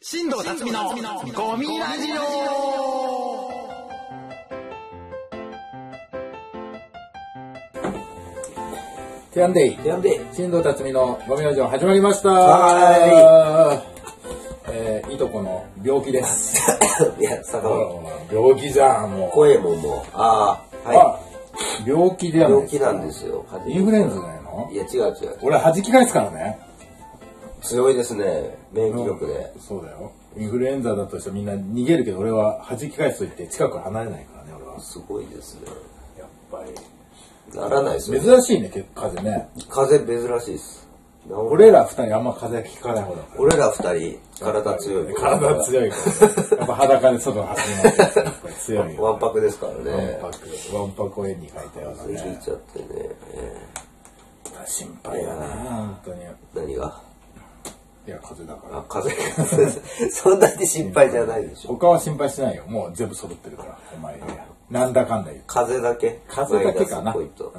新藤辰巳のゴミラジオティアンデイ、やんで、 新藤辰巳のゴミラジオ始まりましたはえーいとこの病気です。いや、坂本、病気じゃん、も声ももう、ああ、う。はあ病気じい、ゃん。病気なんですよ。インフルエンザじゃないのいや、違う違う。俺、弾き返すからね。強いですね、免疫力で。そうだよ。インフルエンザだとしてみんな逃げるけど、俺は弾き返すと言って近くから離れないからね、俺は。すごいですね。やっぱり。ならないですよ。珍しいね、結構風邪ね。風邪珍しいです。治る俺ら二人あんま風邪効かない方だから。俺ら二人、体強い。体強いから。やっぱ裸で外走りますやっぱ り強いよ。わんぱくですからワンね。パク、ワンパクを絵に描いたようなそれ聞いね。ちゃってね。え心配だな、本当に。いー何がや、風邪だからあ。、風邪 そんなに心配じゃないでしょ。他は心配しないよ。もう全部揃ってるから、お前で。なんだかんだ言う。風邪だけ。風邪だけかなマイナスポイント。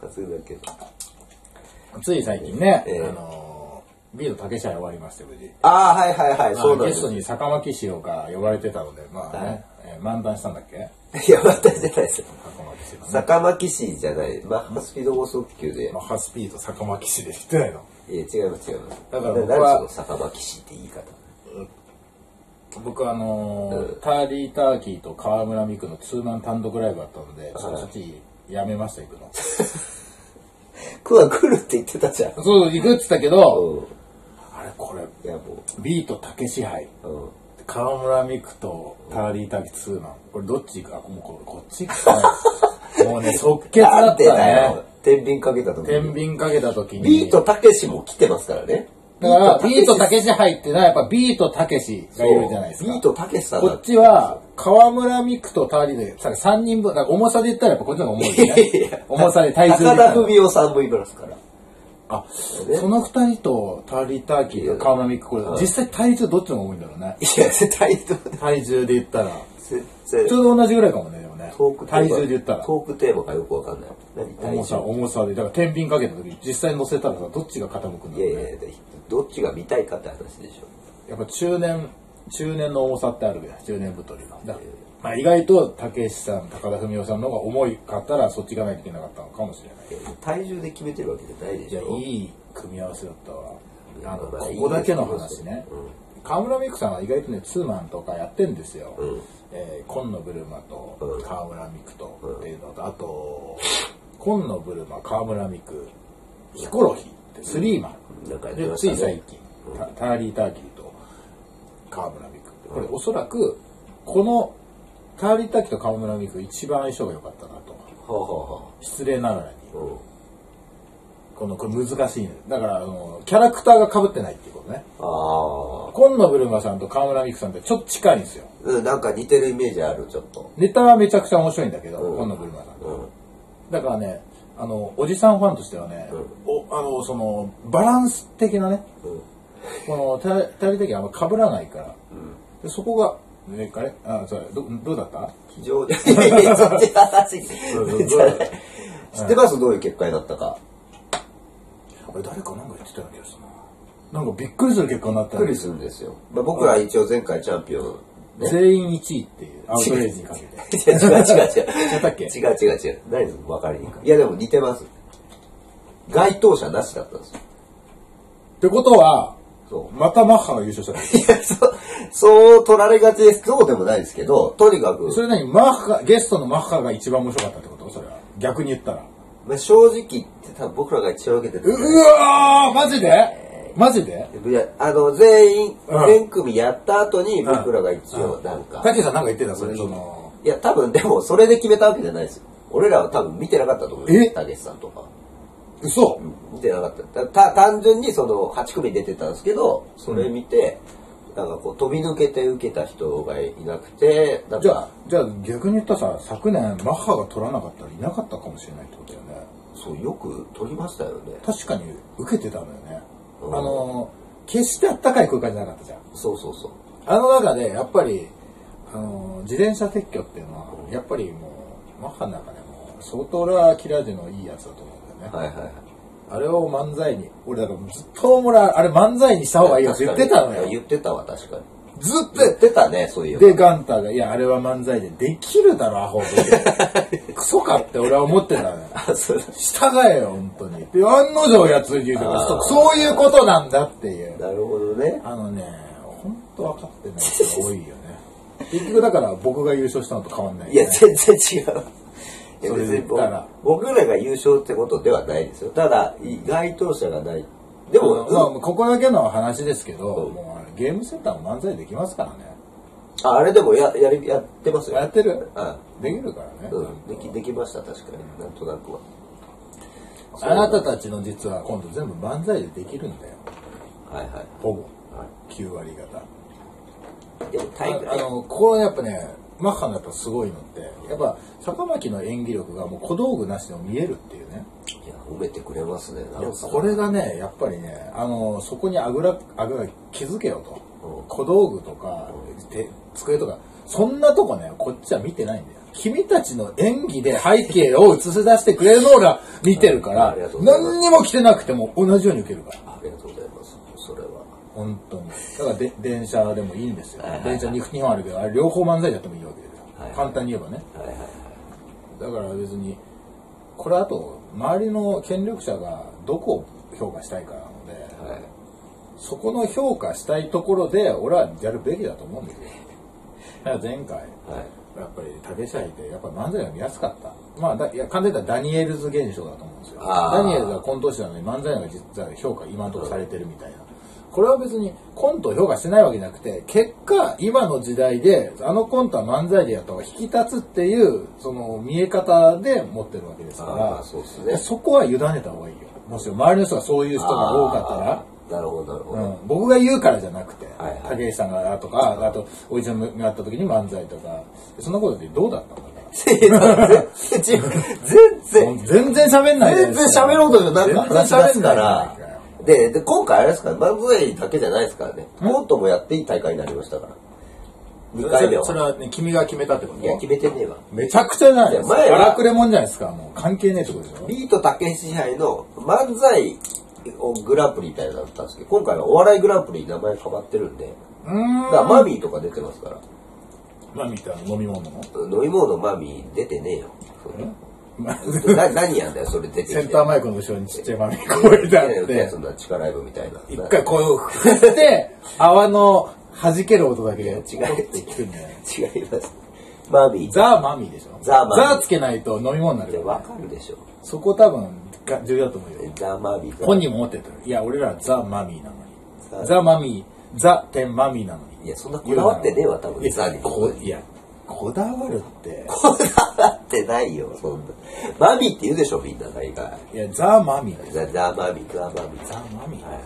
風邪だけ。つい最近ね、ええあのー、ビート竹社終わりまして、無事。ああ、はいはいはい、そうまなあゲんでスすト。に坂巻師匠が呼ばれてたので、まあね、えー漫談したんだっけ いや、私じゃないです。坂巻師匠。坂巻市じゃない。マッハスピード剛速球でマ。ッハスピード坂巻師で知ってないのいや、違います違います。だだかか僕らら僕はは。何その坂巻市って言い方。僕はあのーうんターリー・ターキーと河村美空のツーマン単独ライブあったので、ちょっとそっちやめました、行くの。クワ来るって言ってたじゃん。そう、行くっつったけど、うあれこれ、ん。いや、もビートたけし杯、う。うん。河村美空とターリーターキーツーマン。これどっち行くあ、もうここっち行くかな もうね、即決だなっんでただねよ。。天秤かけた時天に。秤かけた時に。ビートたけしも来てますからね。だから、ビートたけし杯ってのはやっぱビートたけしがいるじゃないですか。そうビートたけしさんこだっちは、河村ミクとターリーで、さ3人分、だから重さで言ったらやっぱこっちの方が重いよいねや。重さで体重で言高ったら田文雄さんもいますから。あ、その二人とターリーターキーと河村ミク、これ、実際体重どっちの方が重いんだろうね。いや、絶 対、絶体重で言ったら。対ちょうど同じぐらいかもね、でもねトーク。テー体マ。重で言ったら。トークテーマがよくわかんない。何重体さ、重。重さで。だから天秤かけた時、実際に乗せたらさ、どっちが傾くんだいやろういね。やいや、どっちが見たいかって話でしょ。やっぱ中年、中年の重さってあるわけだ。中年太りの。だからまあ意外と、たけしさん、高田文夫さんの方が重いかったら、そっち行かないといけなかったのかもしれない。体重で決めてるわけじゃないでいしや、ょ。いい組み合わせだったわ。あの、まあここだけの話ねいいですよ。河村美空さんは意外とね、ツーマンとかやってんですよ。んえー、紺野ブルマとうん河村美空と、うんっていうのと、あと、紺野ブルマ、河村美空、ヒコロヒーって、スリーマン。なんかやってで、まついしたね最近、タターリー・ターキーと河村美空。これおそらく、この、ターリー・ターキーと河村美空一番相性が良かったなと。はあ、はあはあ失礼ながらに。うんこの、これ難しいね。だから、あの、キャラクターが被ってないっていうことね。あ今野ブルマさんと河村美空さんってちょっと近いんですよ。あ、うん、なんか似てるイメージある、ちょっと。ネタはめちゃくちゃ面白いんだけど、うん今野ブルマさん。うん。だからね、あの、おじさんファンとしてはね、うんお、あの、その、バランス的なね、うん。この、たたり的にあんま被らないから、でそこが、ね、あれあ、それ、ど、どうだった非常 に。いやいやそっちの話じゃない知ってますどういう結果になったか。俺誰かなんか言ってたような気がするな。なんかびっくりする結果になっびたっねくりするんですよ。まあ、僕ら一応前回チャ ンピオン。全員1位っていう、アウトレイジにかけて。 違う違う違う違う。違ったっけ違う違う違う。何その分かりにくい。いやでも似てます。該当者なしだったんですよ。ってことは、そう。 またマッハが優勝したのいや、そう、そう取られがちです。そうでもないですけど、とにかく、それなにマッハ、ゲストのマッハが一番面白かったってことそれは。逆に言ったら。まあ、正直言って多分僕らが一番受けてう、る。うわーマジでマジでいやあの、全員、うん全組やった後にうん僕らが一応なんか、たけしさんなんか言ってたそれ、その、いや、多分でもそれで決めたわけじゃないですよ。俺らは多分見てなかったと思うえよ。たけしさんとか。嘘見てなかった。た単純にその8組出てたんですけど、それ見て、なんかこう飛び抜けて受けた人がいなくて、なんじゃあか、、じゃあ逆に言ったらさ、昨年マッハが取らなかったらいなかったかもしれないってことだよね。そう、よく取りましたよね。確かに受けてたのよね。あうんのー、決してあったかい空間じゃなかったじゃん。そうそうそう。あの中で、やっぱり、あのー、自転車撤去っていうのは、やっぱりもう、マッハの中でも、相当俺は切らずのいいやつだと思うんだよね。はいはいはい。あれを漫才に、俺だからずっと俺はあれ漫才にした方がいいよって言ってたの言よ。ってたわ、確かに。ずっと言ってたね、そういう。で、ガンターが、いや、あれは漫才でできるだろ、アホ で。クソかって俺は思ってたのよ。あ、 そうだ。従えよ、本当に。で、案の定やつに言うとかあそーそういうことなんだっていう。なるほどね。あのね、本当分かってない人が多いよね。結局だから僕が優勝したのと変わんない、いや、全然違う。いやそれ別にで言ったら僕僕らが優勝ってことではないですよ。ただ、意外当者がない。ででも、も、まあうん、ここだけの話ですけど、うんもうあれゲームセンターも漫才できますからね。ああれでもややりやってますよ。やってるあできるからね。うん、できできました、確かに。なんとなくは。あなたたちの実は今度全部漫才でできるんだよ。はいはい。ほぼ。は9割方。い、でも、大ああ会。の、ここはやっぱね、マッハのやっぱすごいのって、やっぱ坂巻の演技力がもう小道具なしでも見えるっていうね。いや、褒めてくれますね。なんかこれがね、やっぱりね、あの、そこにあぐら、あぐら気づけよとうん。小道具とか、手机とか、そんなとこね、こっちは見てないんだよ。君たちの演技で背景を映し出してくれるのを俺は見てるかあらりがとう、ございます何にも着てなくても同じように受けるから。ありがとうございます。それは。本当に。だからで電車でもいいんですよはいはい。はい電車に2本あるけど、あれ両方漫才やってもいいわけですよはいはい。簡単に言えばね。はいはいはい。だから別にこれあと周りの権力者がどこを評価したいかなので、はいそこの評価したいところで俺はやるべきだと思うんですよだ から前回はい。やっぱり竹下いてやっぱ漫才が見やすかったまあだいや完全に言ったらダニエルズ現象だと思うんですよあーダニエルズはコント師なのに漫才が実は評価今のところされてるみたいなこれは別にコントを評価してないわけじゃなくて結果今の時代であのコントは漫才でやった方が引き立つっていうその見え方で持ってるわけですあかあ、そうですらね。そこは委ねた方がいいよもし周りの人がそういう人が多かったらあー。なるほど、なるほど。うん、僕が言うからじゃなくて、はいはい竹井さんがとか、あと、おじちゃんが会った時に漫才とか、そんなことでどうだったのかな全然違う全然。全然喋んないじゃな全いです然か喋ろうとじゃなくて全然話出喋すんなかいじゃないでらすか。で、で、今回あれですから、漫才だけじゃないですからね。コントもやっていい大会になりましたから。2回目は。それはね、君が決めたってこといや、決めてねえわ。めちゃくちゃじゃないですか。いや前は荒くれもんじゃないですか。もう関係ねえってことでしょビートたけし杯の漫才をグランプリみたいなのだったんですけど、今回はお笑いグランプリに名前変わってるんで、うーん。だからマミーとか出てますから。まあ、みたいな飲み物の。飲み物マミー出てねえよ。まあな何やんだよ、それ出てきて。センターマイクの後ろにちっちゃい豆これだっいやいやてそ、んな力ライブみたいな。一回こういう振 って、泡の弾ける音だけで、違う違うって聞くんじゃない違います。マミー。ザ・マミーでしょザマミーザつけないと飲み物になるいやよわかるでしょ。そこ多分が重要だと思うよ。ザ・マミー。本人も思ってると思ういや、俺らはザ・マミーなのザに。ザ・マミー、ザ・テン・マミーなのに。いや、そんなこだわってねえわ、多い分。やザに。こいや、こだわるって。こだ わってないよ、そんな。マミーって言うでしょ、みんな、大概。いや、ザ・マミーだよ。ザ・ザ・マミー、ザ・マミー。ザ・マミーはいはい。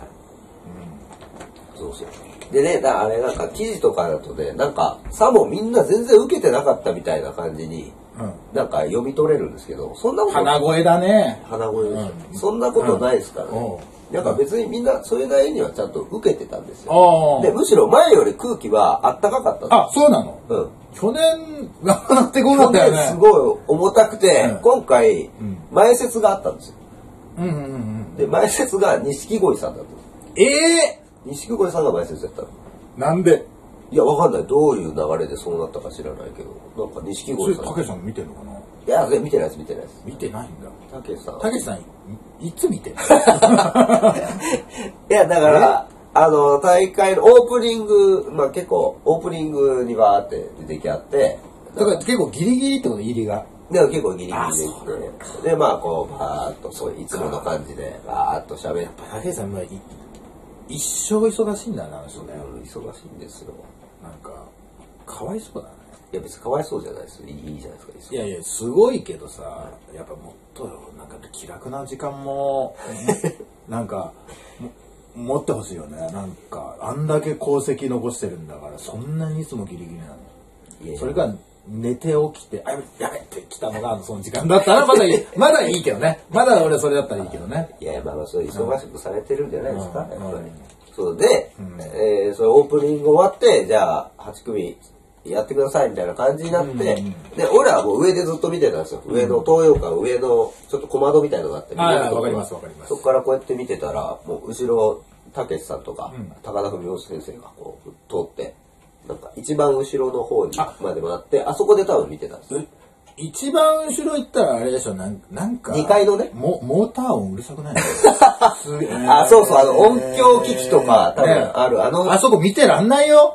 そうそう。でね、だあれなんか記事とかだとね、なんか、さもみんな全然受けてなかったみたいな感じに、うん。なんか読み取れるんですけど、そんなこと鼻声だね。鼻声ですよ、うんそんなことないですからね、うんなんか別にみんなそれなりにはちゃんと受けてたんですよ、あでむしろ前より空気はあったかかったんであ。あ、そうなのすよ、うん、去年、なくなってこなか去ったよ年すね。ごい重たくて、うん今回ん前説があったんですようんうんうん。で前説が錦鯉さんだったんですええ錦鯉さんが前説やったのなんでいやわかんないどういう流れでそうなったか知らないけどなんか錦それ、鯉さんたけしさん見てんのかないや見てないです見てないです見てないんだ。たけしさんたけしさん、いいつ見てんのいや、だから、あの、大会のオープニング、まあ結構、オープニングにバーって出てきあって、だから結構ギリギリってこと入りが。でも結構ギリギあリできて、で、まあこう、バーっと、そう、いつもの感じで、バーっと喋って、武井さん今い一生忙しいんだなあの人ね忙しいんですよ。なんかかわいそうだねいや、別にかわいそうじゃないですいいいいじゃないですか。いやいやすごいけどさやっぱもっとなんか気楽な時間 もなんかも持ってほしいよねなんかあんだけ功績残してるんだからそんなにいつもギリギリなのいやそれが寝て起きて「あやべやべ」って来たのがあのその時間だったらまだ いいまだいいけどねまだ俺それだったらいいけどねいや、まあまあ、それ忙しくされてるんじゃないですか、うんやっぱりうん。そうで、えーそれオープニング終わって、じゃあ、8組やってくださいみたいな感じになって、うんうんで、俺らはもう上でずっと見てたんですよ。上の東洋館、上のちょっと小窓みたいなのがあって、はいはい見えるとこわかりますわかりますそこからこうやって見てたら、もう後ろ、たけしさんとか、うん高田文夫先生がこう通って、なんか一番後ろの方にあまで回って、あそこで多分見てたんですね。一番後ろ行ったらあれでしょ、なんなんか。二階のねモモーター音うるさ くないすげえあ、そうそう、あの音響機器とか多分ある、あの、あそこ見てらんないよ。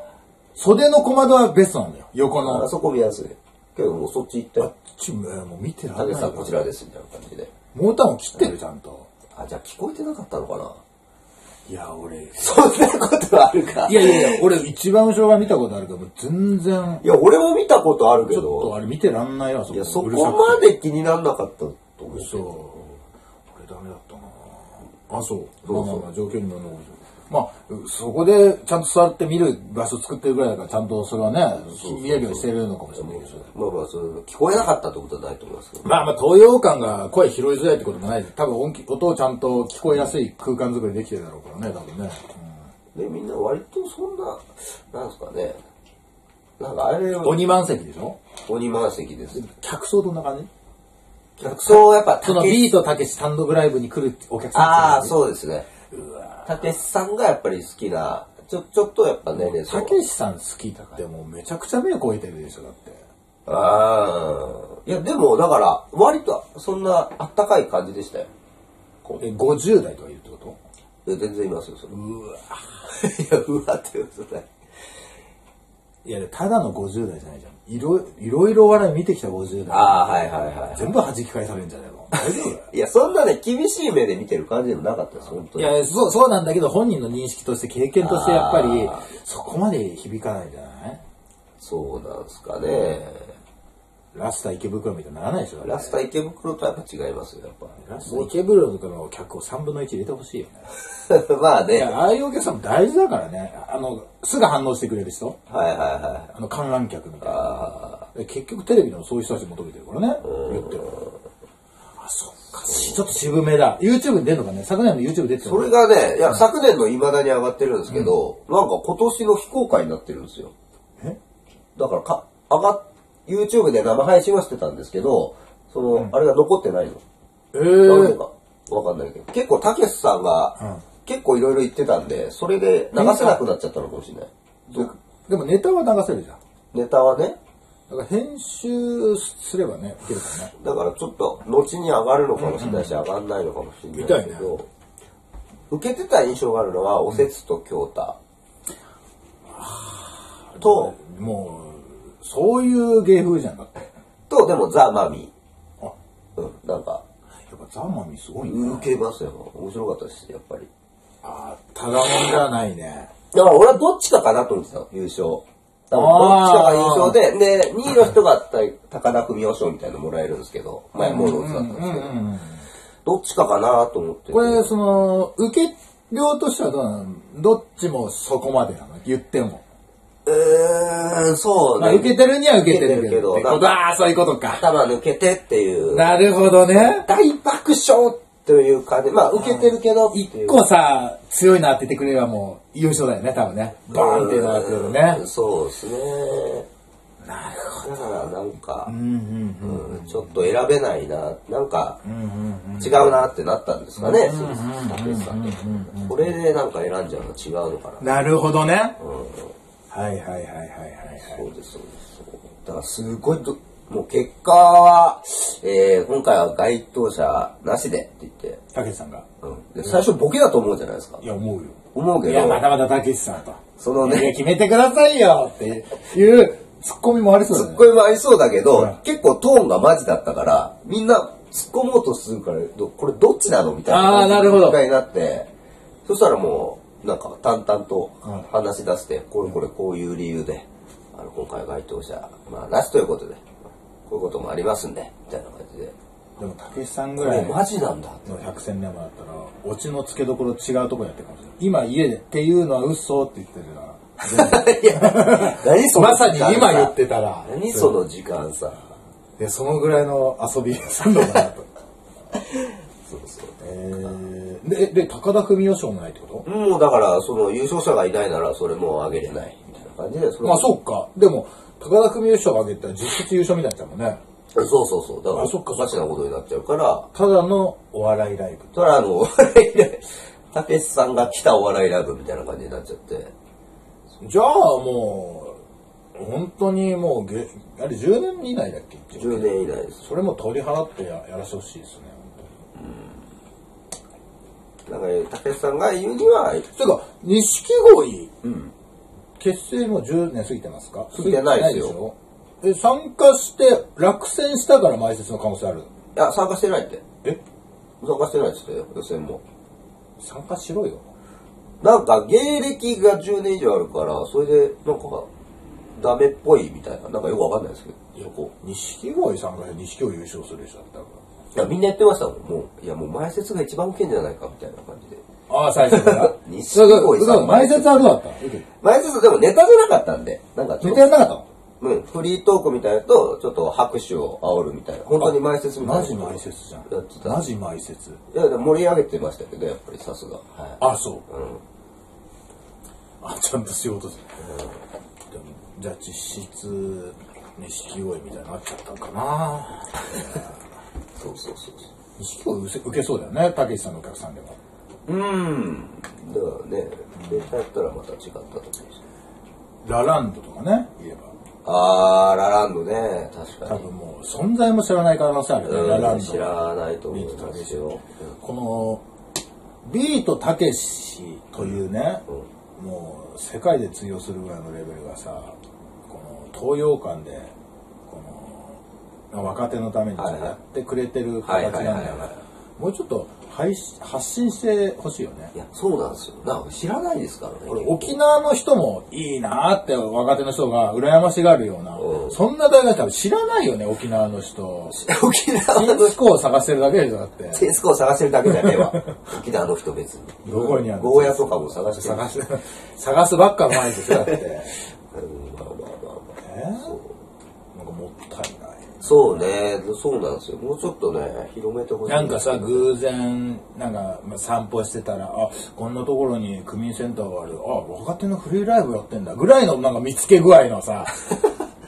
袖の小窓はベストなんだよ。横の。あそこ見やすい。けどもうそっち行ったあっよ。ちも、えーもう見てらんたないけよしさんこちらですみたいな感じで。モーター音切ってる、ちゃんと。あ、じゃあ聞こえてなかったのかない や、俺。いそんなことはあるか。やいやいや、俺一番後ろは見たことあるけど、もう全然、いや、俺も見たことあるけちょっとど、あれ見てらんないよ、あそこ。いや、そうるさこくてまで気になんなかったと思う。そう。これダメだったなあ、そう。そうそうまあまあまあ、状況にもよるまあ、そこでちゃんと座って見る場所作ってるぐらいだから、ちゃんとそれはね、見えるようにしてるのかもしれないけど。まあまあ、その聞こえなかったってことはないと思いますけど。まあまあ、東洋館が声拾いづらいってこともないです。多分音き音をちゃんと聞こえやすい空間作りできてるだろうからね、多分ね。で、みんな割とそんな、なんですかね、なんかあれ、うん、鬼満席でしょ鬼満席です。客層どんな感じ客層はやっぱ、そのたけビートたけし単独ライブに来るお客さんああ、う。そうですね。たけしさんがやっぱり好きな、ちょ、ちょっとやっぱ年齢層た。けしさん好きだってもうめちゃくちゃ目を超えてるでしょ、だって。ああ。いや、でも、だから、割と、そんな、あったかい感じでしたよ。こうえ、50代とかいるってこといや全 然いますよ、それ。うわいや、うわって言うとね。いや、ただの50代じゃないじゃん。いろいろいろお笑い見てきた50代。ああ、はいはいは全部弾き返されるんじゃないの大丈夫い。いや、そんなね、厳しい目で見てる感じでもなかったです、本 当いに。や、そう、そうなんだけど、本人の認識として、経験として、やっぱりあ、そこまで響かないんじゃないそうなんすかね。ラスタ池袋みたいにならないでしょラスタ池袋とはやっぱ違いますよ、やっぱ。ラスタ池袋とかの客を3分の1入れてほしいよね。 まあいね。はいや、ああいうお客さんも大事だからね。あの、すぐ反応してくれる人はいはあの、観覧客みたいな。結局テレビでもそういう人たち求めてるからね。言ってるあ、そっか。しちょっと渋めだ。YouTube に出るのかね昨年の YouTube 出てい。たそのれがね、いや、昨年の未だに上がってるんですけど、なんか今年の非公開になってるんですよ。えだからか、上がっ、YouTube で生配信はしてたんですけど、その、あれが残ってないの。えなんでー、かわかんないけど。結構、たけしさんが、結構いろいろ言ってたんで、それで流せなくなっちゃったのかもしれない。でもネタは流せるじゃん。ネタはね、だから編集すればね、いけるからね。だからちょっと、後に上がるのかもしれないし、上がんないのかもしれないけ見ど、受けてた印象があるのは、おせつと京太。と、もう、そういう芸風じゃんだって。と、でも、ザ・マミあ、ィ。うん、なんか、やっぱザマミすごいね。受けますよ。面白かったです、やっぱり。あーただもんじゃないね。だから俺はどっちかかなと思ってたの、優勝。だからどっちかが優勝で、で、2位の人が高田文夫賞みたいなのもらえるんですけど、前モードだったんですけど、どっちかかなと思ってて。これ、その、受け量としてはどうなのどっちもそこまでなの言っても。うーん、そうまあね。受けてるには受けてるけど。受っけててるこけとど、ああ、そういうことか。頭抜けてっていう、なるほどね。大爆笑という感じ、まあ受けてるけどっていう、一個さ、強いの当ててくれればもう優勝だよね、多分ね。バーンっていうのが来るねうん。そうですね。なるほど。だからなんか、うんちょっと選べないな、なんか、違うなってなったんですかね、鈴木武さんと。これでなんか選んじゃうの違うのかな。なるほどね。うん、はいはいはいはいはい。そうです、そうです。だからすごいど、もう結果は、えー今回は該当者なしでって言って、たけしさんが。うんで最初ボケだと思うじゃないですかい。や、思うよ。思うけいや、ど、まだまだたけしさんと。そのいや、ね、決めてくださいよっていうツッコミもありそうだツッね。コミもありそうだけど、うん結構トーンがマジだったから、みんな突っ込もうとするから、どこれどっちなのみたいな。あーなるほど一回になって、そしたらもう、なんか淡々とうん話し出して、これこれこういう理由で、あの、今回該当者、まあ、なしということで、こういうこともありますんで、みたいな感じで。でも、たけしさんぐこられいマのジなんだって。百戦錬磨だったら、オチの付けどころ違うとこやってるかもしれない。今家でっていうのは嘘って言ってるな。 何そのま時間ささに今言ってたら。何その時間さ。いや、そのぐらいの遊びさんのかなと。そうそう。えー、で、で、高田文夫賞もないってこともうだから、その優勝者がいないなら、それもあげれない。みたいな感じで、それまあそうか。でも、高田組優勝を挙げたら実質優勝みたいになっちゃうもんね。そうそうそう。だから、あそっかおかしなことになっちゃうから、ただのお笑いライブ。それはあの、お 笑いライブたけしさんが来たお笑いライブみたいな感じになっちゃって。じゃあもう、本当にもうげ、あれ10年以内だっけ一応10年以内です。それも取り払ってややらせてほしいですね。だから、たけしさんが言うには、ていうか、錦鯉、うん。結成もう10年過ぎてますか過ぎてないですよ過ぎてないでしょえ、参加して落選したから埋設の可能性あるいや、参加してないって。え参加してないって言ってたよ、予選も。参加しろよ。なんか芸歴が10年以上あるから、それでなんかダメっぽいみたいな、なんかよくわかんないですけど、そこ。錦鯉参加して錦鯉優勝するでしょ、多分。いや、みんなやってましたもん、もう。いや、もう前説が一番受けんじゃないかみたいな感じで。ああ、最初 から。錦鯉さんだから前説あるだった。前説でもネタじゃなかったんで、なんかちょネっタやと、んなかったのうん、フリートークみたいなのと、ちょっと拍手を煽るみたいな、本当に前説みたいな。マジ埋設じゃんやって。たマジ埋設。いや、でも盛り上げてましたけど、やっぱりさすが。はい。あ、そう。うん。あ、ちゃんと仕事する。でもじゃあ実質、錦鯉みたいになっちゃったんかな。そうそうそうそう。錦鯉受け受けそうだよね、たけしさんのお客さんでも。うん。だからね、ネタやったらまた違ったと思うんですよラランドとかね、言えば。あー、ラランドね、確か多に。分もう存在も知らない可能性あるよね、ララうん、ンド。知らないと思いますよ。この、ビートたけしというね、もう世界で通用するぐらいのレベルがさ、この東洋館で、この、若手のためにさはいはいやってくれてるはい形はなんいだはいかはら、もうちょっと配信発信してほしいよねい。。いや、そうなんですよ。なんか知らないですからね。これ沖縄の人もいいなーって若手の人が羨ましがるような、そんな大学多分知らないよね、沖縄の人。沖縄の新スコを探してるだけでしょ、だって。テニスコを探してるだけじゃねえわ。沖縄の人別に。どこにあるゴーヤとかも探してる探す、探すばっか前でしょ、だ って。うんまあまあまあまあえなんかもったいない。そうね、そうなんですよ。もうちょっとね、広めてほしい。なんかさ、偶然、なんか、まあ、散歩してたら、あ、こんなところに区民センターがある、あ、若手のフリーライブやってんだ、ぐらいのなんか見つけ具合の さ、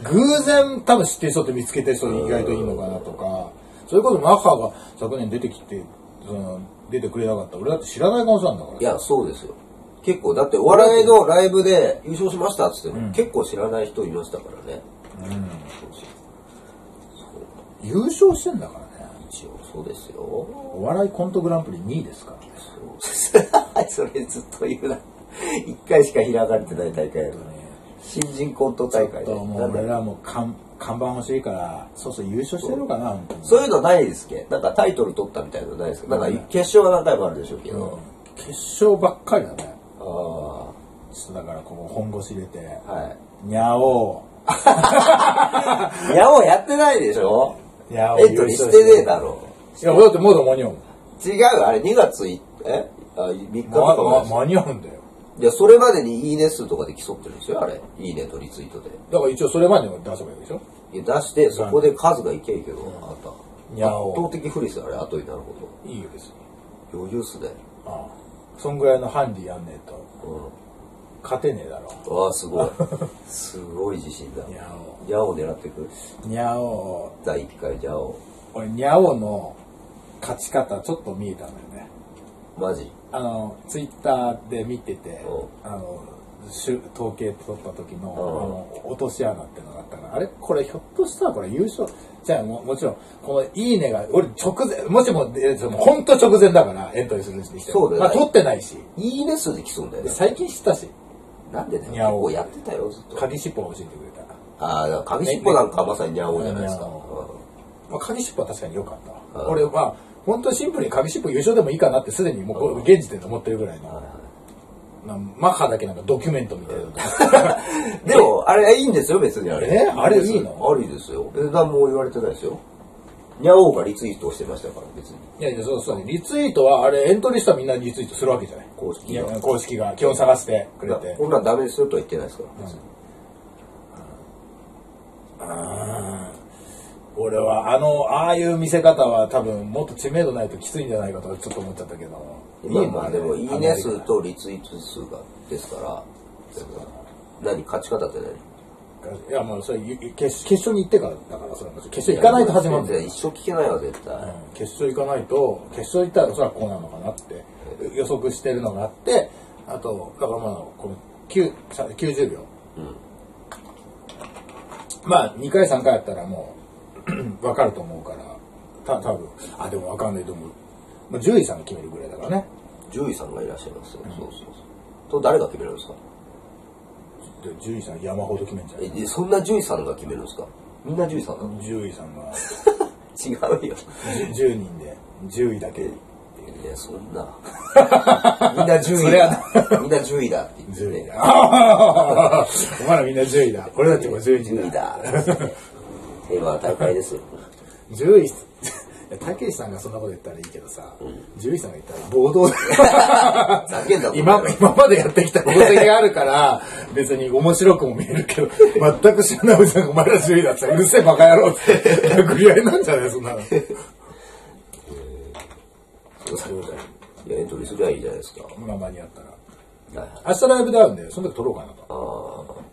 偶然多分知ってる人って見つけてる人意外といいのかなとか、それこそマッハが昨年出てきて、その、出てくれなかった。俺だって知らない可能性あるんだから。いや、そうですよ。結構、だってお笑いのライブで優勝しましたっつっても、結構知らない人いましたからね。うん。そうそう優勝してんだからね。一応そうですよ。お笑いコントグランプリ2位ですからね。そうそれずっと言うな。一回しか開かれてない大会やのね。新人コント大会ちょでっともうなんだ俺らも看看板欲しいから、そうそう優勝してるのかな、本当に。そういうのないですっけなんかタイトル取ったみたいなのないですかなんか決勝は何回もあるでしょうけうんど。決勝ばっかりだね。ああ。はちょっとだからこう本腰入れて、い。にゃおいや、もうやってないでしょいやエントリーしてねえだろ。いや、俺だってもうだ間に合うもん。違う、あれ2月い、えあ ?3 日とかまもま間に合うんだよ。いや、それまでにいいね数とかで競ってるんですよ、あれ。いいねとリツイートで。だから一応それまでに出せばいいでしょいや出して、そこで数がいけんけど、あんた。にゃお圧倒的不利ですよ、あれ、後になるほど。いいよ、別に。余裕っすね。ああ。そんぐらいのハンディやんねえと、う勝てねえだろ。ん。わあ、すごい。すごい自信だ。にゃ矢を狙ってくる。おにゃお第1回矢を。俺、にゃおの勝ち方ちょっと見えたんだよね。マジ。あの、ツイッターで見ててお、あの、しゅ統計取った時のあおの落とし穴ってのがあったから、あれこれひょっとしたらこれ優勝、じゃあももちろん、このいいねが、俺直前、もしも、えーもうほんと直前だからエントリーするにしてそうだよまあ取ってないし、いいね数で競うんだよでね。最近知ったし、なんでだよ。矢結を構やってたよ、ずっと。鍵尻尾を教えてくれた。ああ、だから紙尻尾なんかまさに矢をじゃないですか。矢うんまあ、鍵尻尾は確かに良かったわ。うん俺は、本当シンプルに鍵尻尾優勝でもいいかなってすでにもうこれ現時点で思ってるぐらいの、まあマッハだけなんかドキュメントみたいなの。 でも、あれいいんですよ、別にあれ。えあれいいのありですよ。え、何も言われてないですよ。にゃおうがリツイートしてましたから、別に。いやいや、そうそう。リツイートは、あれ、エントリーしたらみんなリツイートするわけじゃない。公式いがや公式が、基本探してくれて。こんなんダメですよとは言ってないですから、別に。俺は、あの、ああいう見せ方は多分、もっと知名度ないときついんじゃないかとちょっと思っちゃったけど。今のまあでも、いいね数。とリツイート数がですから、何勝ち方って何いや、まあ、それ、ゆゆ決決勝に行ってからだから、それは決勝行かないと始まるんだよ。一生聞けないわ、絶対。決勝行かないと、決勝行ったらおそらくこうなのかなって予測してるのがあって、あと、だからまあ、この9 90秒。まあ、2回3回やったらもう、 分かると思うから、た多分あ、でも分かんないと思う。まあ、獣医さんが決めるぐらいだからね。獣医さんがいらっしゃいますよ。そうそうそう。と、誰が決めるんですかで獣医さん山ほど決めんじゃえ、でそんな獣医さんが決めるんですかみんな獣医さんなのん。獣医さんが違うよ。 10人で、獣医だ けで。いや、そんな。みんな獣医だ。みんな獣医だって言って獣医ねだ。。 あーお前らみんな獣医だ。俺だってもう獣獣医医だ。 だ。平和な大会ですよ。獣医、 たけしさんがそんなこと言ったらいいけどさ、獣医さんが言ったら暴 動だよざけんな、今これ今までやってきた功績があるから、別に面白くも見えるけど、全く知らないおじさんがお前ら獣医だってさうるせえバカ野郎って、殴り合いなんじゃないそんなの。いや、エントリーすりゃいいじゃないですか。今間に合ったら。はいはい明日ライブで会うんで、その時撮ろうかなと。あー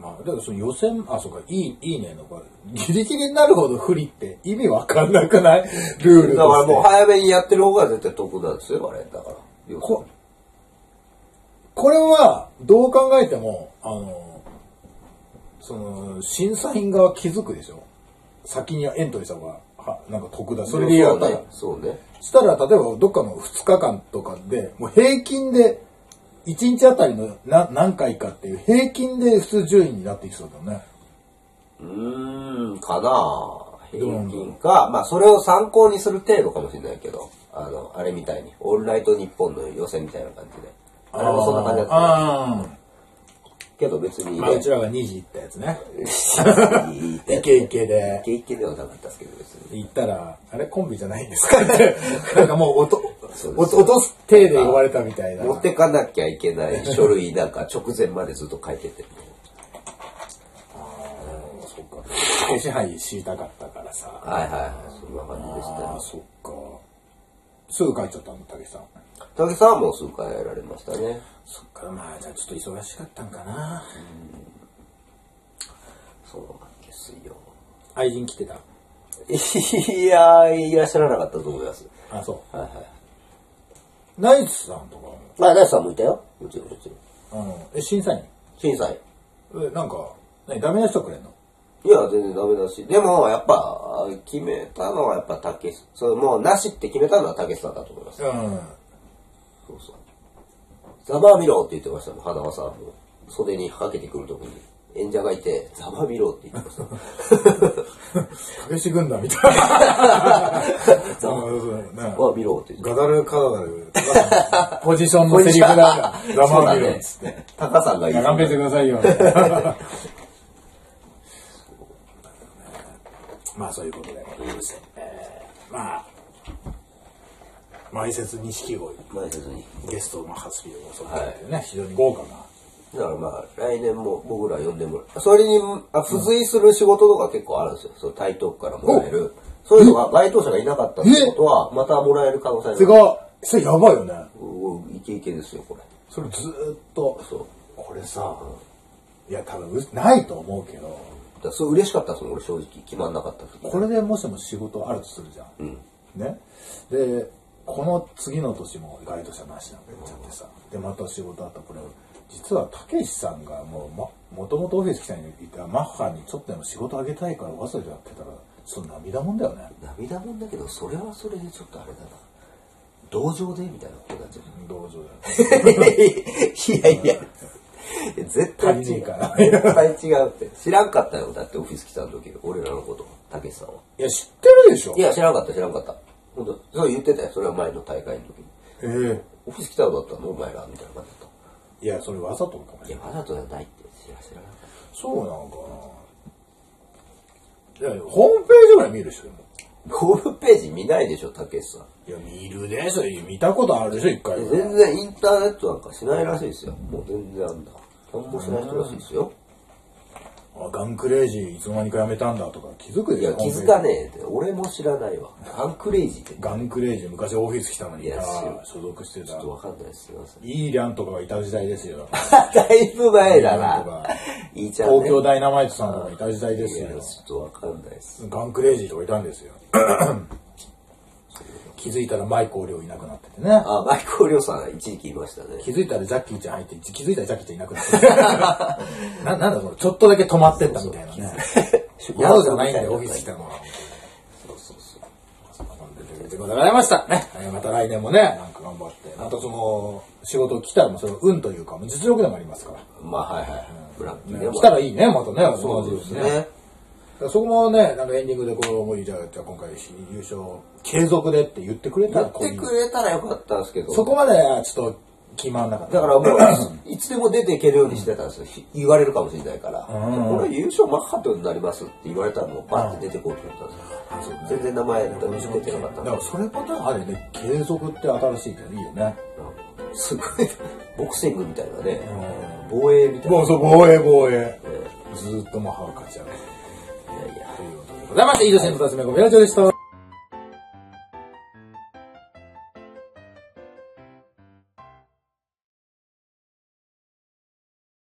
まあ、だからその予選、あ、そうか、いい、いいねの、これ、ギリギリになるほど不利って意味わかんなくないルールだからもう早めにやってる方が絶対得なんですよ、あれ。だから。ここれは、どう考えても、あの、その、審査員側気づくでしょ先にエントリーした方が、は、なんか得だ。それでやそうったねら。。そうね。したら、例えばどっかの2日間とかで、もう平均で、1日あたりの何何回かっていう、平均で普通10位になっていきそうだよね。うーん、かなあ平うなんだろう均か、まあそれを参考にする程度かもしれないけど、あの、あれみたいに、オールナイト日本の予選みたいな感じで。あれもそんな感じだった。あーけど別にまあ、うね ち、らが2時行ったやつね。い イケイケでイ、ケイケではなかったですけど、別に。行ったら、あれコンビじゃないんですか って、なんかもう音、そうおです落とす手で言われたみたいな。持ってかなきゃいけない書類なんか直前までずっと書いてて。そっか。手支配したかったからさ。はいはいはい、そんな感じでしたああ、よ。そっか。すぐ帰っちゃったの、たけしさん。竹さんはもう数回やられましたね。そっか、まあ、じゃあちょっと忙しかったんかな。そうなんですよ。愛人来てた。いやー、いらっしゃらなかったと思います。あ、そはいはい。う。ナイツさんとかも、まあ、ナイスさんもいたよ。もちろん、もちろん。あの、え、審査員。審査員。え、なんか、ね、ダメな人くれんのいや、全然ダメだし。でも、やっぱ、決めたのはやっぱ、たけし、それもう、なしって決めたのはたけしさんだと思います。うん。そうそう。ざまあみろって言ってましたもん、花輪さんも。袖にかけてくるときに。演者がいて、ざまあみろって言ってま した。たけし軍団みたいな。そうそうねざまあみろって言ってガダルカダダル、ポジションのセリフだから、た。そう黙だるよね。たかさんがいい。勘弁してくださいよ。みたいなまあそういうことで、えーまあ、前説錦鯉、前説に。ゲストの初日をご紹介というね、非常に豪華な。だからまあ、来年も僕ら呼んでもらう。それに、あ付随する仕事とか結構あるんですよ。その台東区からもらえる。そういうのが、該当者がいなかったってことは、またもらえる可能性がある。すごいそれやばいよね。おーイケイケですよ、これ。それずーっと、そう。これさ、いや多分うないと思うけど、だからそう嬉しかったですもん、俺正直。決まんなかった時。これでもしも仕事あるとするじゃん。ね。で、この次の年もガイド者なしなんか言っちゃってさ。で、また仕事あった。これ、実はたけしさんがもう、ま、もともとオフィス来たにいたマッハにちょっとでも仕事あげたいからわざとやってたら、その涙もんだよね。涙もんだけど、それはそれでちょっとあれだな。同情でみたいなことになっちゃう。同情だよね。 いやいや。絶対足りねえ違うか。ら絶対違うって。知らんかったよ。だってオフィス来た時、俺らのこと、たけしさんは。いや、知ってるでしょいや、知らんかった、知らんかった。本当そう言ってたよ。それは前の大会の時に。ええオフィス来たのだったのお前らみたいな感じだっいや、それわざとかもた。いや、わざとじゃないって。知ら知らなかった。そうなのかな。いや、ホームページぐらい見るでしょ、でもホームページ見ないでしょ、たけしさん。いや、見るでしょ。見たことあるでしょ、一回ぐらい全然インターネットなんかしないらしいですよ。もう全然あんだ。何もしない人らしいですよ。ああガンクレイジーいつの間にかやめたんだとか気づくでいしょや、気づかねえって。俺も知らないわ。ガンクレイジーって。ガンクレイジー昔オフィス来たのにいやあー知所属してちょたっとわかんないです。すい ません。イーリャンとかがいた時代ですよだいぶ前だなんとなか。いいちゃん、ね。東京ダイナマイトさんとかいた時代ですいやよちょっとわかんないです。ガンクレイジーとかいたんです よ気づいたらマイコーリョウいなくなっててねあ、マイコーリョウさん一時期いましたね。気づいたらジャッキーちゃん入って気づいたらジャッキーちゃんいなくなって たななんだこれちょっとだけ止まってったみたいなねやろうじゃないんだよオフィス来たのはそうそうそう。そんな感じででございましたねえーまた来年もねなんか頑張ってまたその仕事来たらもうそれは運というかもう実力でもありますからまあはいはいはい。ブラッキーね。来たらいいねまたねそ同じうよですにねね。だからそこもね、なんかエンディングでこれをもうじゃあ、じゃあ今回優勝継続でって言ってくれたやらっこういてうくれたらよかったんですけど。そこまではちょっと決まんなかった。だからも う、いつでも出ていけるようにしてたんですよ。ひ言われるかもしれないから。これ優勝マッハトになりますって言われたらもうバッて出てこうと思ったんですよ。全然名前と見せてなかっだたんかでらそれパターンあるよね。継続って新しいけどいいよね。すごい、ボクシングみたいなね、防衛みたいな。もうそう、防衛防衛。ずーっとマハを勝ち上がる。いやいやということでございまして、以上、新とたつめこみラジオでした。